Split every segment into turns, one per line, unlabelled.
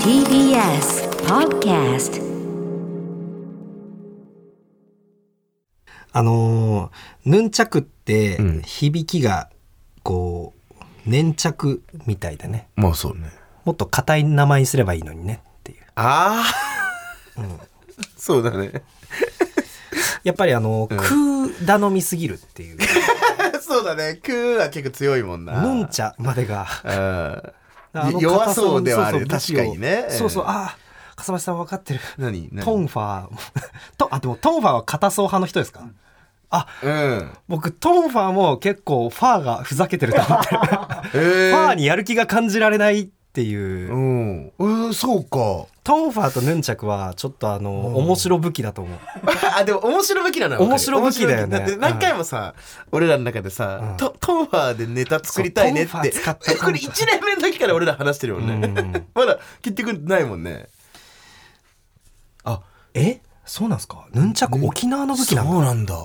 TBS Podcast
あのーヌンチャクって
うん
響きがこう粘着みたいでね
まあそうね。
もっと硬い名前にすればいいのにねっていう
ああ、そうだね。
やっぱりあのー空頼みすぎるっていう
そうだね。クーは結構強いもんな。
ヌンチャまで が
うん。
あの
弱そうではあるよ
硬さを
確かにね
そうそう
うん
ああ笠間さん分かってる
何何
トンファーとあでもトンファーは硬そう派の人ですかあ
うん。
僕トンファーも結構ファーがふざけてると思って るフ
えー、
ァーにやる気が感じられないっていう
うん。うん、そうか。
トンファーとヌンチャクはちょっとあの、面白武器だと思う。
あ、でも面白武器なのよ。
面白武器だよね
面白武器だって何回もさ、俺らの中でさ、
うん
トトンファーでネタ作りたいねっ
そうトンフ
て。
ァー使って
えこれ1年目の時から俺ら話してるもんね。 まだ結局ないもんね。あ、
えそうなんですかヌンチャク沖縄の武器なの
なんだ。へ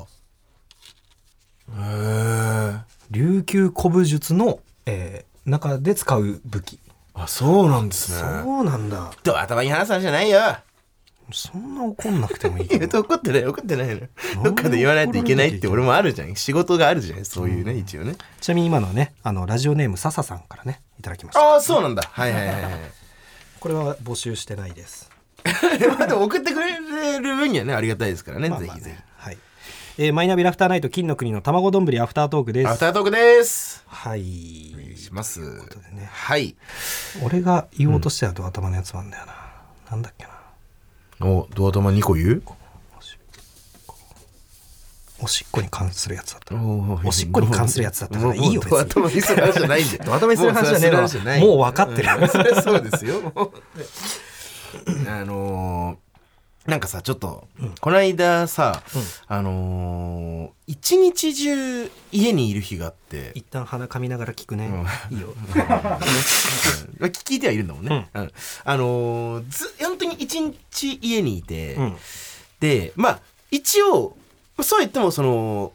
え。
琉球古武術の、えー中で使う武器。
あ、そうなんです
そうなんだ。
と頭に話す話じゃないよ。
そんな怒んなくても いい
い
け
や
ど。
怒ってない、怒ってないの。どっかで言わないといけないって俺もあるじゃん。仕事があるじゃん。そういうね、一応ね。
ちなみに今のはね、あの、ラジオネーム笹さんからね、いただきました。
ああ、そうなんだ。はいはいはいはい。
これは募集してないです。
まあでも送ってくれる分にはね、ありがたいですからね、ぜひぜひ。
はい。えーマイナビラフターナイト金の国の卵丼アフタートークで
アフ
す。
タートークです。
はい。
します。
でね
はい。
俺が言おうとしてたと頭のやつなんだよな。なんだっけな。
お、ドア玉2個言う
おしっこに関するやつだったな
お
おしっこに関するやつだったからいいよ別
ドア
に
玉にする話じゃない んで。ドア
頭にする話じゃねえわもう分かってる
それそうですよ。もうあのーなんかさ、ちょっと、この間さ、あのー一日中家にいる日があって、
一旦鼻かみながら聞くね、いいよ
うん聞いてはいるんだもんね。うんあのーず、本当に一日家にいて、
ん
で、まあ、一応、そう言っても、その、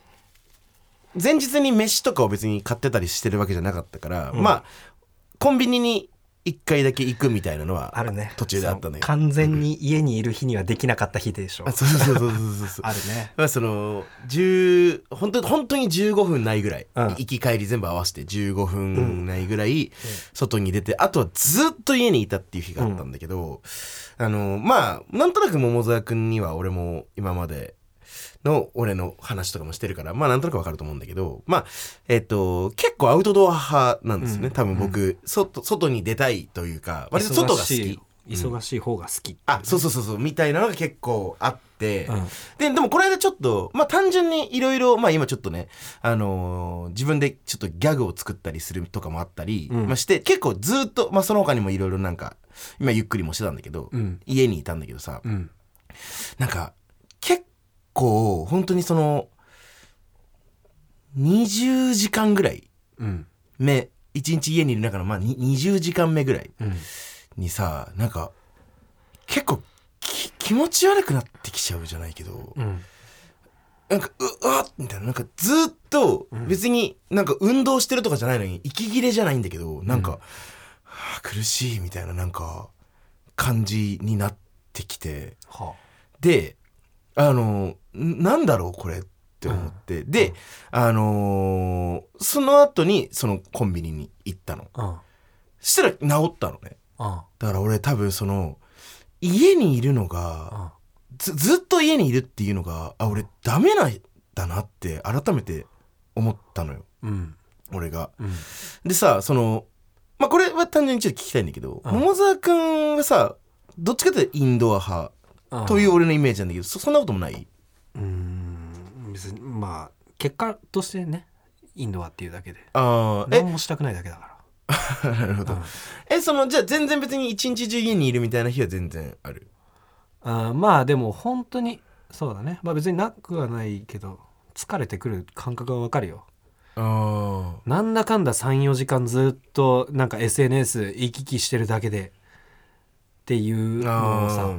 前日に飯とかを別に買ってたりしてるわけじゃなかったから、まあ、コンビニに一回だけ行くみたいなのは、
あるね
途中であったのよ。
そ完全に家にいる日にはできなかった日でしょ
あそうそうそうそう そうそう。
あるね
まあその10本当に本当に15分ないぐらい、
うん
行き帰り全部合わせて15分ないぐらい外に出て、あとはずっと家にいたっていう日があったんだけど、あのまあなんとなく桃沢君には俺も今までの俺の話とかもしてるからまあなんとなくわかると思うんだけどまあえっ、と結構アウトドア派なんですよね、多分僕、外外に出たいというか割と外が好き。
忙しい忙しい方が好き、
あそうそうそうそうみたいなのが結構あって、
うん
ででもこの間ちょっとまあ単純にいろいろまあ今ちょっとねあのー自分でちょっとギャグを作ったりするとかもあったり、
うん
まあ、して結構ずっとまあその他にもいろいろなんか今ゆっくりもしてたんだけど、
うん
家にいたんだけどさ、
うん
なんか結構本当にその20時間ぐらい
うん
目一日家にいる中のまあに20時間目ぐらい
うん
にさなんか結構き気持ち悪くなってきちゃうじゃないけど、
うん
なんかううわっみたいななんかずーっと別になんか運動してるとかじゃないのに息切れじゃないんだけどなんか、はあ苦しいみたいななんか感じになってきて
は
であのんなんだろうこれって思って、であのーその後にそのコンビニに行ったの
あ
そしたら治ったのね
あ
だから俺多分その家にいるのがずずっと家にいるっていうのがあ俺ダメなんだなって改めて思ったのよ
うん
俺が。
うん
でさそのまあこれは単純にちょっと聞きたいんだけど、桃沢くんはさどっちかというとインドア派という俺のイメージなんだけどそそんなこともない
うん別にまあ結果としてねインドアっていうだけで
あーえ
何もしたくないだけだか
なるほど、えそのじゃあ全然別に一日中家にいるみたいな日は全然ある
らあまあでも本当にそうだねまあ別になくはないけど疲れてくる感覚はわかるよ
あ
なんだかんだ34時間ずっとなんか SNS 行き来してるだけでっていうのをさ
あ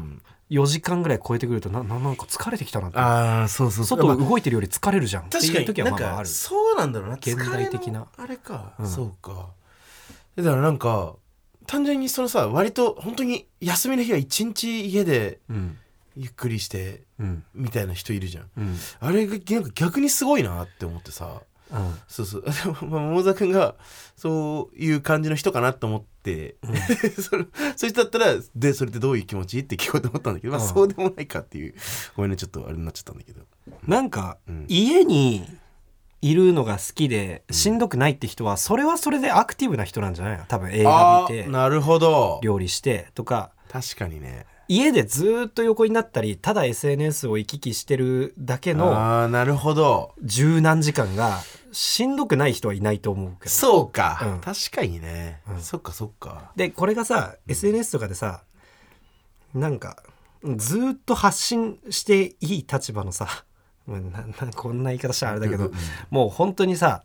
4時間ぐらい超えてくるとなななんか疲れてきたなって
あーそうそうそう
外動いてるより疲れるじゃんって
確か
いう時
に
は
なん
まあまああ
か
る
そうなんだろうな
現代的な
疲れのあれか、
うん
そうかだからなんか単純にそのさ割と本当に休みの日は一日家で
うん
ゆっくりして
うん
みたいな人いるじゃん
うん
あれがなんか逆にすごいなって思ってさ
うん
そうそう でもまあ桃沢君がそういう感じの人かなと思って、 それそういう人だったらでそれってどういう気持ちって聞こうと思ったんだけど、まあ、
うん
そうでもないかっていうごめんねちょっとあれになっちゃったんだけど
なんか、
うん
家にいるのが好きでしんどくないって人はそれはそれでアクティブな人なんじゃないの多分映画見て
あーなるほど
料理してとか
確かにね
家でずーっと横になったりただ SNS を行き来してるだけの
ああなるほど
十何時間がしんどくない人はいないと思うけど
そうか、
うん
確かにね、
うん
そっかそっか
でこれがさ SNS とかでさなんかずーっと発信していい立場のさ まあななこんな言い方したらあれだけ
う
ど
ん
もう本当にさ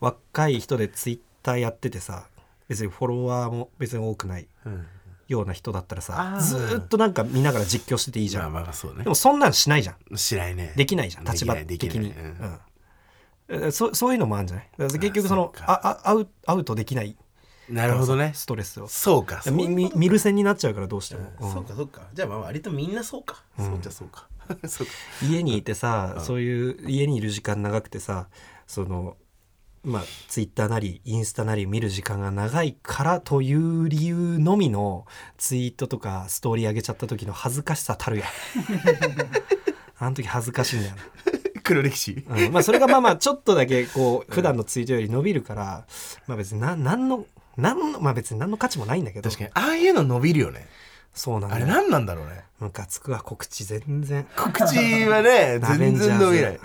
若い人でツイッターやっててさ別にフォロワーも別に多くない
うん
ような人だったらさ
あー
ずーっとなんか見ながら実況してていいじ
じゃ
ゃ
あ
ん
まあまあそうね
でもそんなんしないじゃん
知らないね
できないじゃん
で
立
き
場
ないでき
的
ない
に
うん
うんえそそういうのもあるんじゃないだから結局その
そっか
ああアウアウトできない
なるほどね
ストレスを
そうかそう
みみ見る線になっちゃうからどうしても、うん
そうかそうかじゃあまあ割とみんなそうか、そうじゃそうかそうか
家にいてさ、そういう家にいる時間長くてさそのまあツイッターなりインスタなり見る時間が長いからという理由のみのツイートとかストーリー上げちゃった時の恥ずかしさ たるやあの時恥ずかしいんだよ
黒歴史
な、うんまあ、それがまあまあちょっとだけこう普段のツイートより伸びるから、まあ、別にな何の何のまあ別に何の価値もないんだけど
確かにああいうの伸びるよね
そうなん
あ
だよ
れ何なんだろう ね
ムカつくわ告知全然
告知はね
アベ
全
ンジャー
然
ズ
伸びない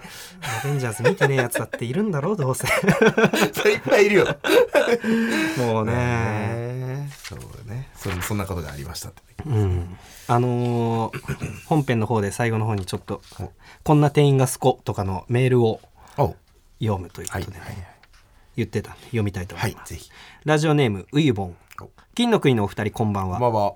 アベンジャーズ見てねえやつだっているんだろうどうせ
それいっぱいいるよ
もうね
ね そうねそそんなことがありましたって
うんあのー本編の方で最後の方にちょっとこんな店員がすことかのメールを
おう
読むというこ
はい
とで、
はいはい
言ってたんで読みたいと思
はいい
ます、
ぜひ
ラジオネームうゆぼん
お
金の国のお二人こんばんは、
まあまあ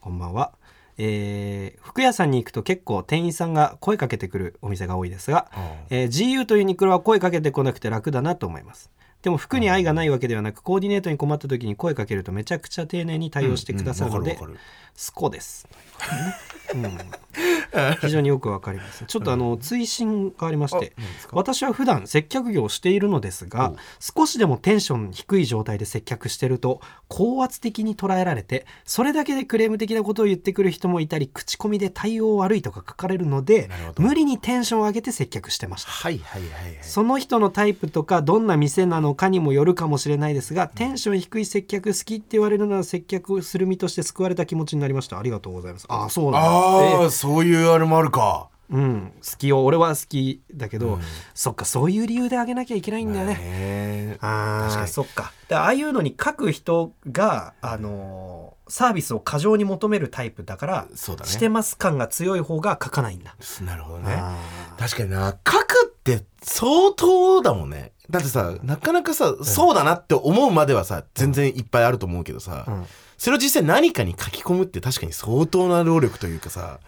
こんばんは、えー服屋さんに行くと結構店員さんが声かけてくるお店が多いですが、
う
えー GU とユニクロは声かけてこなくて楽だなと思いますでも服に愛がないわけではなくコーディネートに困った時に声かけるとめちゃくちゃ丁寧に対応してくださるの
う
で
んうんわかるわか
スコです、うん非常によくわかりますちょっとあの追伸がありまして
あ何ですか
私は普段接客業をしているのですが少しでもテンション低い状態で接客してると高圧的に捉えられてそれだけでクレーム的なことを言ってくる人もいたり口コミで対応悪いとか書かれるので
なるほど
無理にテンションを上げて接客してました
はいはいはいはい
その人のタイプとかどんな店なのかにもよるかもしれないですがテンション低い接客好きって言われるなら接客する身として救われた気持ちになりましたありがとうございますああそうなんだ
ああ、
えー
そういうあれもあるか
うん好きよ俺は好きだけど、そっかそういう理由であげなきゃいけないんだよね、
ね
あ
確か
あ
に
そっかだからああいうのに書く人が、あのーサービスを過剰に求めるタイプだから
そうだね
してます感が強い方が書かないんだ、
なるほどね
あ
確かにな書くって相当だもんねだってさなかなかさ、そうだなって思うまではさ全然いっぱいあると思うけどさ、
ーうん
それを実際何かに書き込むって確かに相当な労力というかさ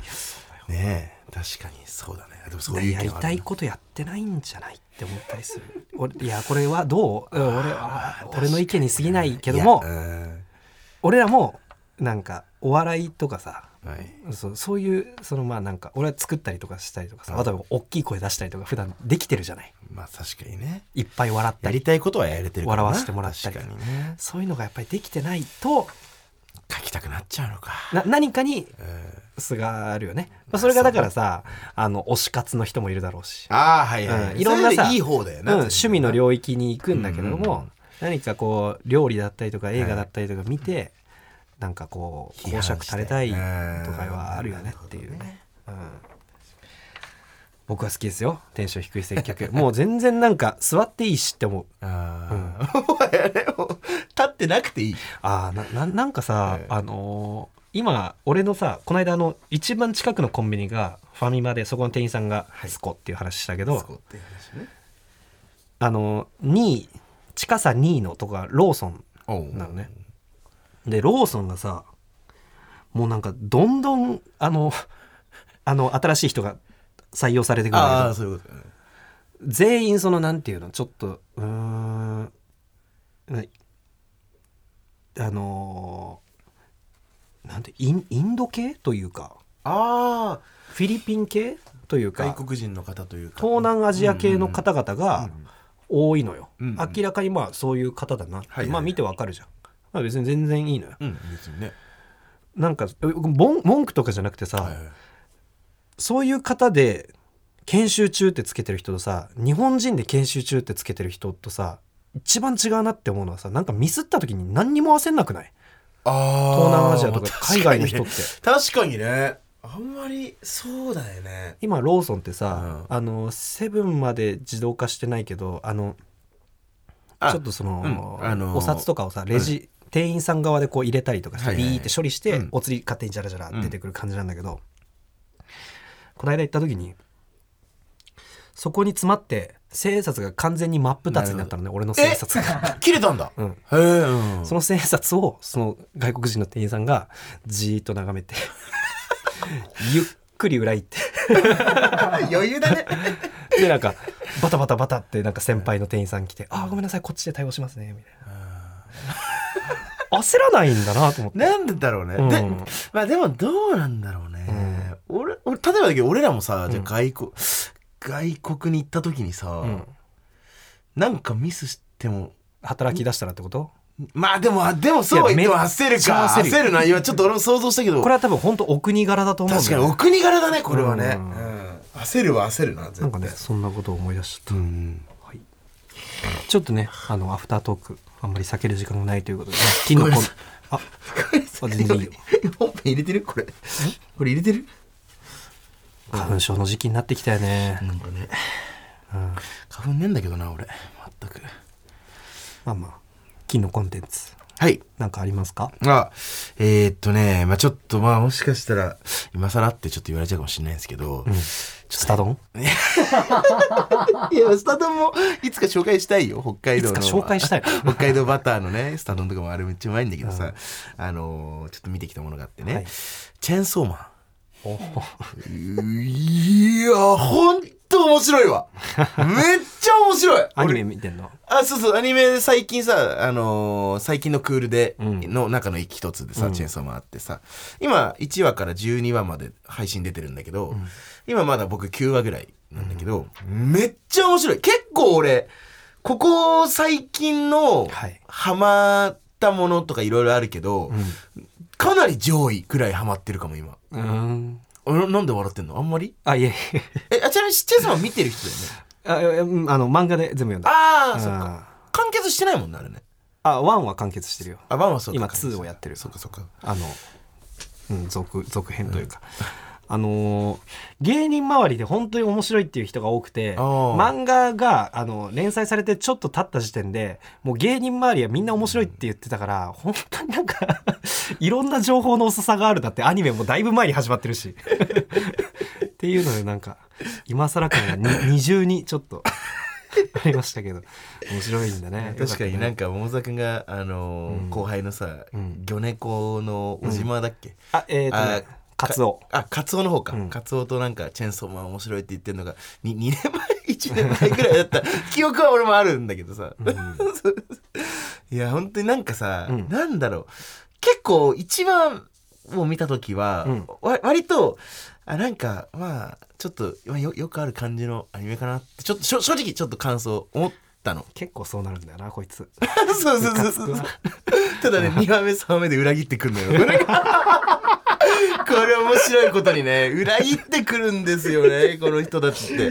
ねえ確かにそうだねでもそういう意
や
見
り
はあ
た
る
いことやってないんじゃないって思ったりする俺いやこれはどううん俺は俺の意見に過ぎないけども
いやうん
俺らもなんかお笑いとかさ
はい
そうそういうそのまあなんか俺は作ったりとかしたりとかさあとは大きい声出したりとか普段できてるじゃない
まあ確かにね
いっぱい笑った
や
り
りたいことはやれてるからな
笑わせてもらったり
確かにね
そういうのがやっぱりできてないと
書きたくなっちゃうのか
な何かに
うん
すがるよね、まあ、それがだからさあの推し活の人もいるだろうし
ああはいはい、
うんいろんなさ
それよりいい方だよな、
うん、趣味の
域
領域に行くんだけども、
うんうん
何かこう料理だったりとか映画だったりとか見て、なんかこう
批判
講釈されたいとかはあるよね
うん
っていうねうん、僕は好きですよテンション低い接客 もう全然なんか座っていいしって思う
ああ、お前あれも立ってなくていい
あーなななんかさ、
ええ
あのー今俺のさこの間あの一番近くのコンビニがファミマでそこの店員さんが「スコ」っていう話したけど、
そこっていう話ね
あの2位近さ2位のとこがローソン
おう
なのねでローソンがさもうなんかどんどんあの あの新しい人が採用されてくるん
ああ
だ
そういうことだね
けど全員そのなんていうのちょっとうーんあのーなんてインインド系というか
ああ
フィリピン系というか
外国人の方というか
東南アジア系の方々が多いのよ、
うんうん
明らかにまあそういう方だなって、
はいはいはい
まあ見てわかるじゃん、まあ、別に全然いいのよ
うん別にね
なんかえ文文句とかじゃなくてさ、
はいはい
そういう方で研修中ってつけてる人とさ日本人で研修中ってつけてる人とさ一番違うなって思うのはさなんかミスった時に何にも焦んなくない
あー
東南アジアとか
まあ確に
海外の人って
確かにねあんまりそうだよね
今ローソンってさ、
う
あのセブンまで自動化してないけどあの
あ
ちょっとその、
うんあのー
お札とかをさレジ、店員さん側でこう入れたりとかして、
はいはいはい
ビーって処理して、
うん
お釣り勝手にジャラジャラ出てくる感じなんだけど、この間行った時にそこに詰まって千円札が完全に真っ二つになったのね俺の千円札が。
切れたんだ
うん
へえうん
その千円札をその外国人の店員さんがじーっと眺め てゆっくり裏行って
余裕だね
でなんかバタバタバタってなんか先輩の店員さん来て「あーごめんなさいこっちで対応しますね」みたいな焦らないんだなと思って
なんでだろうね、
うん
でまあでもどうなんだろうね、俺俺例えばだけど俺らもさじゃあ外国、外国に行った時にさ、
うん
なんかミスしても
働き出したらってこと
まあでもあでもそうは言っても焦る
いや
か
めっちゃ焦るよ
焦るな今ちょっと俺も想像したけど
これは多分本当お国柄だと思うん
確
だ
か
よね
にお国柄だねこれはね、
うん
うん焦るは焦るな絶対
なんかねそんなことを思い出しちゃった、
うん
はい、ちょっとねあのアフタートークあんまり避ける時間がないということ で金の
ごめん
こ
なさい
あ
これ
全然いいよ
本編入れてるこれこれ入れてる
花粉症の時期になってきたよね、
なんかね、花粉ねえんだけどな俺全く
まあまあ金のコンテンツ
はい
なんかありますか
あえー、っとねまあちょっとまあもしかしたら今更ってちょっと言われちゃうかもしれないんですけど、い
スタドン
やスタドンもいつか紹介したいよ北海道の
いつか紹介したい
北海道バターのねスタドンとかもあれめっちゃうまいんだけどさ、あのーちょっと見てきたものがあってね、
はい
チェーンソーマンいや、ほんと面白いわ。めっちゃ面白い。
アニ
俺
メ見てんの
あ、そうそう、アニメ最近さ、あのー最近のクールで、
うん
の中の一つでさ、チェーンソーマンあってさ、今、1話から12話まで配信出てるんだけど、今まだ僕9話ぐらいなんだけど、めっちゃ面白い。結構俺、ここ最近の、
はい
ハマったものとかいろいろあるけど、
う
かなり上位くらいハマってるかも、今。
んうん
あななんで笑ってんのあんまり
あいえいえ
えあちなみにチェスマン見てる人だよね
あいやうんあの漫画で全部読んだ
あ
あ
あそっか完結してないもんなあれね
あワンは完結してるよ
あワンはそうか
今2をやってる
そうかそうか
あの、うん、続続編というか、あのー芸人周りで本当に面白いっていう人が多くて
あー
漫画があの連載されてちょっと経った時点でもう芸人周りはみんな面白いって言ってたから、本当になんか いろんな情報の遅さがあるだってアニメもだいぶ前に始まってるしっていうのでなんか今更感がに二重にちょっとありましたけど面白いんだね
確かに
ね
なんか桃沢君が、あのー後輩のさ、
ん
魚猫の小島だっけ、
あえっ、
あ
ー、と、ね、カツオ
あカツオの方か、
うん
カツオとなんかチェーンソーマン面白いって言ってるのが 2, 二年前1年前 ぐらい だった記憶は俺もあるんだけどさ、いや本当になんかさ、
うん
なんだろう結構一番を見た時は、
うん
わ割とあなんかまあちょっと、まあ、よよくある感じのアニメかなってちょっとしょ正直ちょっと感想思ったの
結構そうなるんだよなこいつ。
そうそうそうそうただね2話目3話目で裏切ってくるのよ裏切これ面白いことにね裏切ってくるんですよねこの人たちって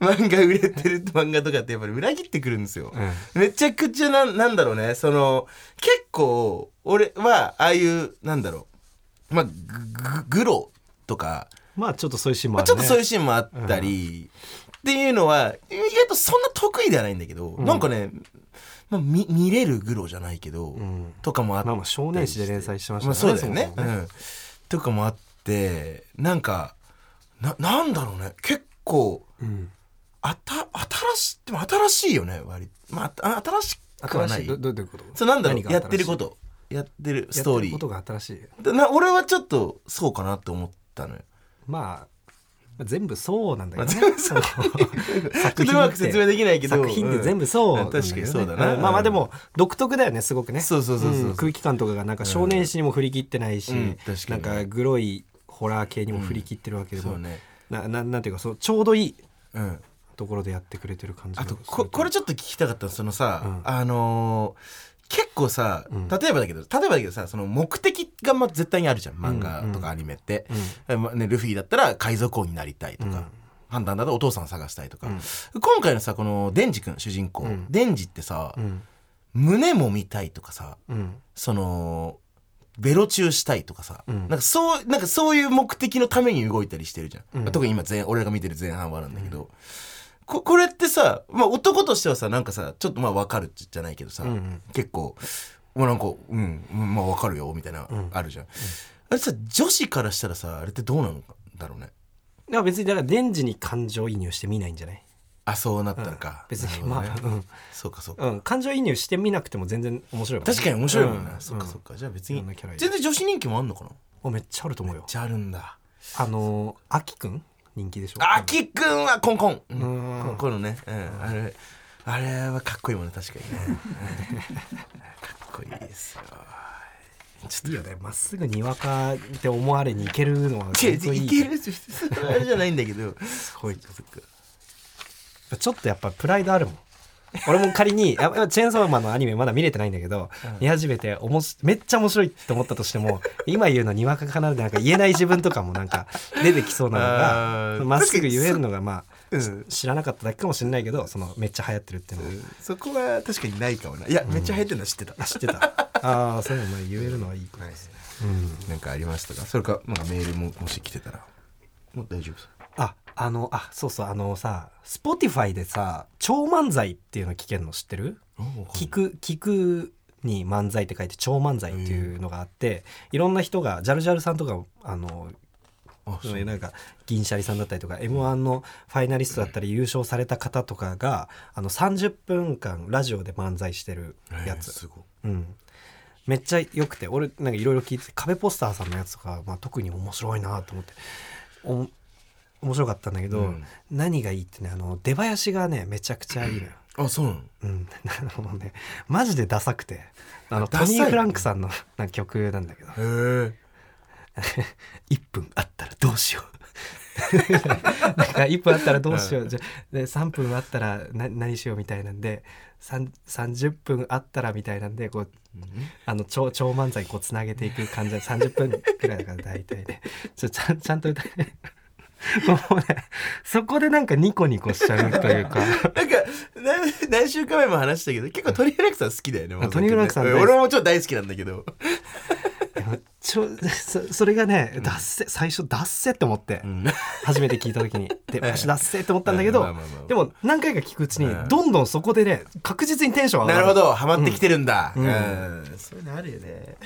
漫画売れてる漫画とかってやっぱり裏切ってくるんですよ、めちゃくちゃなんなんだろうねその結構俺はああいうなんだろうまあグググロとか、
まあちょっとそういうシーンもあ
まあ、
る、ね、
ちょっとそういうシーンもあったり、っていうのは意外とそんな得意ではないんだけど、なんかね、まあ、見見れるグロじゃないけど、
ん
とかもあって、
まあまあ少年誌で連載してました
まあ、そうだよね
そもそも
うん、とかもあってなんかななんだろうね結構
うん
あた新しいでも新しいよね割とまああ新しくは
新
な
し
い
いどどういうこと
そうなんだろ
何が
う
新
や
しい
ってることやってるス
やっ
トー
て
リ
ること
ー
が新しい
な俺はちょっとそうかなって思ったのよ
まあまあ全部そうなんだけど、ね、
まあ全部
そ の
ちょ
作
っとうまく説明できないけど
作品って全部そうなんだよね、
うん確かにそうだなん
まあまあでも独特だよねすごくね
そうそうそうそう
うん空気感とかがなんか少年誌にも振り切ってないし、
うん確か
なん
に
かグロいホラー系にも振り切ってるわけでも、
うんそうね
なななんていうかそのちょうどいい
うん
ところでやってくれてる感じ
あ
がす
と
る
ここれちょっと聞きたかったのそのさ、
う
あのー結構さ
うん
例えばだけど、例えばだけどさその目的がまあ絶対にあるじゃん漫画とかアニメって、えまね、ルフィだったら海賊王になりたいとか、
うん
判断だとお父さん探したいとか、
う
今回のさこのデンジ君主人公、
うん
デンジってさ、
うん
胸も見たいとかさ
うん
そのベロ中したいとかさ、
うん
なんかそうなんかそういう目的のために動いたりしてるじゃ
う
ん、
ん
特に今前俺らが見てる前半はなんだけど、ここれってさ、まあ、男としてはさなんかさちょっとまあ分かるじゃないけどさ、
うんうん
結構もうなんかうんうんまあ分かるよみたいな、
ん
あるじゃん、あれさ女子からしたらさあれってどうなんだろうね
だから別にだから電磁に感情移入してみないんじゃない
あそうなったらか、
別に
な
ま
るほ
あ、
どねそうかそうか、
うん、うん、感情移入してみなくても全然面白いもんね
確かに面白いもんな、
うん
そうかそうかじゃあ別
い
に
ろんなキャラいる
全然女子人気もあんのかな
もうめっちゃあると思うよ
じゃああるんだ
あのー、あきくん人気でしょ
あきくんはコンコン、うん
うん
ここのね、うん、あれあれはかっこいいもんね確かにねかっこいいですよ
いいよねまっすぐにわかって思われにいけるのは
違う
本当
い
に
けるあれじゃないんだけど
すごいちょっとやっぱプライドあるもん俺も仮にややチェーンソーマンのアニメまだ見れてないんだけど、見始めておもしめっちゃ面白いって思ったとしても今言うのにわかかなでなんか言えない自分とかもなんか出てきそうな
あ
の
ー
がまっすぐ言えるのがまあ、
うん
知らなかっただけかもしれないけどそのめっちゃ流行ってるっていうのは
そこは確かにないかもないやめっちゃ流行ってるのは知ってた、
知ってたああそういうの言えるのはいいことですね、うん
なんかありましたかそれかなんかメールももし来てたらもう大丈夫さ
ああのあそうそうあのさ Spotify でさ超漫才っていうの聞けるの知ってる聞く聞くに漫才って書いて超漫才っていうのがあっていろんな人がジャルジャルさんとかあの
あそう
なんか銀シャリさんだったりとか m 1のファイナリストだったり優勝された方とかがあの30分間ラジオで漫才してるや
えー
つ、
すごい
うん、めっちゃ良くて俺なんかいろいろ聞いてて壁ポスターさんのやつとか、まあ、特に面白いなと思ってお面白かったんだけど、
うん
何がいいってねあの出囃子がねめちゃくちゃいいのよ。
あそうなの
うん、 あのねマジでダサくてあの
ダ
ト
サい
ニー・フランクさんのなんか曲なんだけど
へえ
「1分あったらどうしよう」 なんか1分あったらどうしようじゃで3分あったらな何しようみたいなんでさん30分あったらみたいなんでこうあの超超漫才こうつなげていく感じで30分くらいだから大体ね ちょちゃんちゃんと歌え もうねそこでなんかニコニコしちゃうというか。
なんか何何週間前も話したけど結構トニー・フランクさん好きだよね
トニーフランクさん大好き
俺もちょっと大好きなんだけど
ちょそそれがね、脱せ最初脱せって思って、 初めて聞いた時にで私脱せって思ったんだけど、
まあまあまあ
でも何回か聞くうちに、
うん
どんどんそこでね確実にテンション上が
な
る
るほどハマってきてるんだ、うん
ん
そういうのあるよね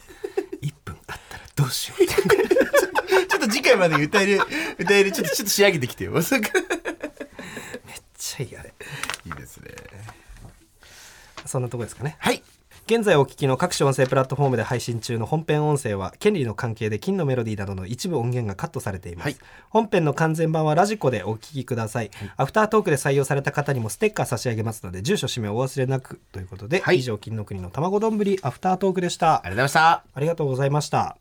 1分あったらどうしよう って
ちょっと次回までに歌える歌えるちょっとちょっと仕上げてきてよまさか
ちゃいいあれ
いいですね
そんなとこですかね
はい
現在お聞きの各種音声プラットフォームで配信中の本編音声は権利の関係で金のメロディーなどの一部音源がカットされています、
はい
本編の完全版はラジコでお聞きください、アフタートークで採用された方にもステッカー差し上げますので住所氏名をお忘れなくということで、
はい
以上金の国の卵丼アフタートークでした
ありがとうございました
ありがとうございました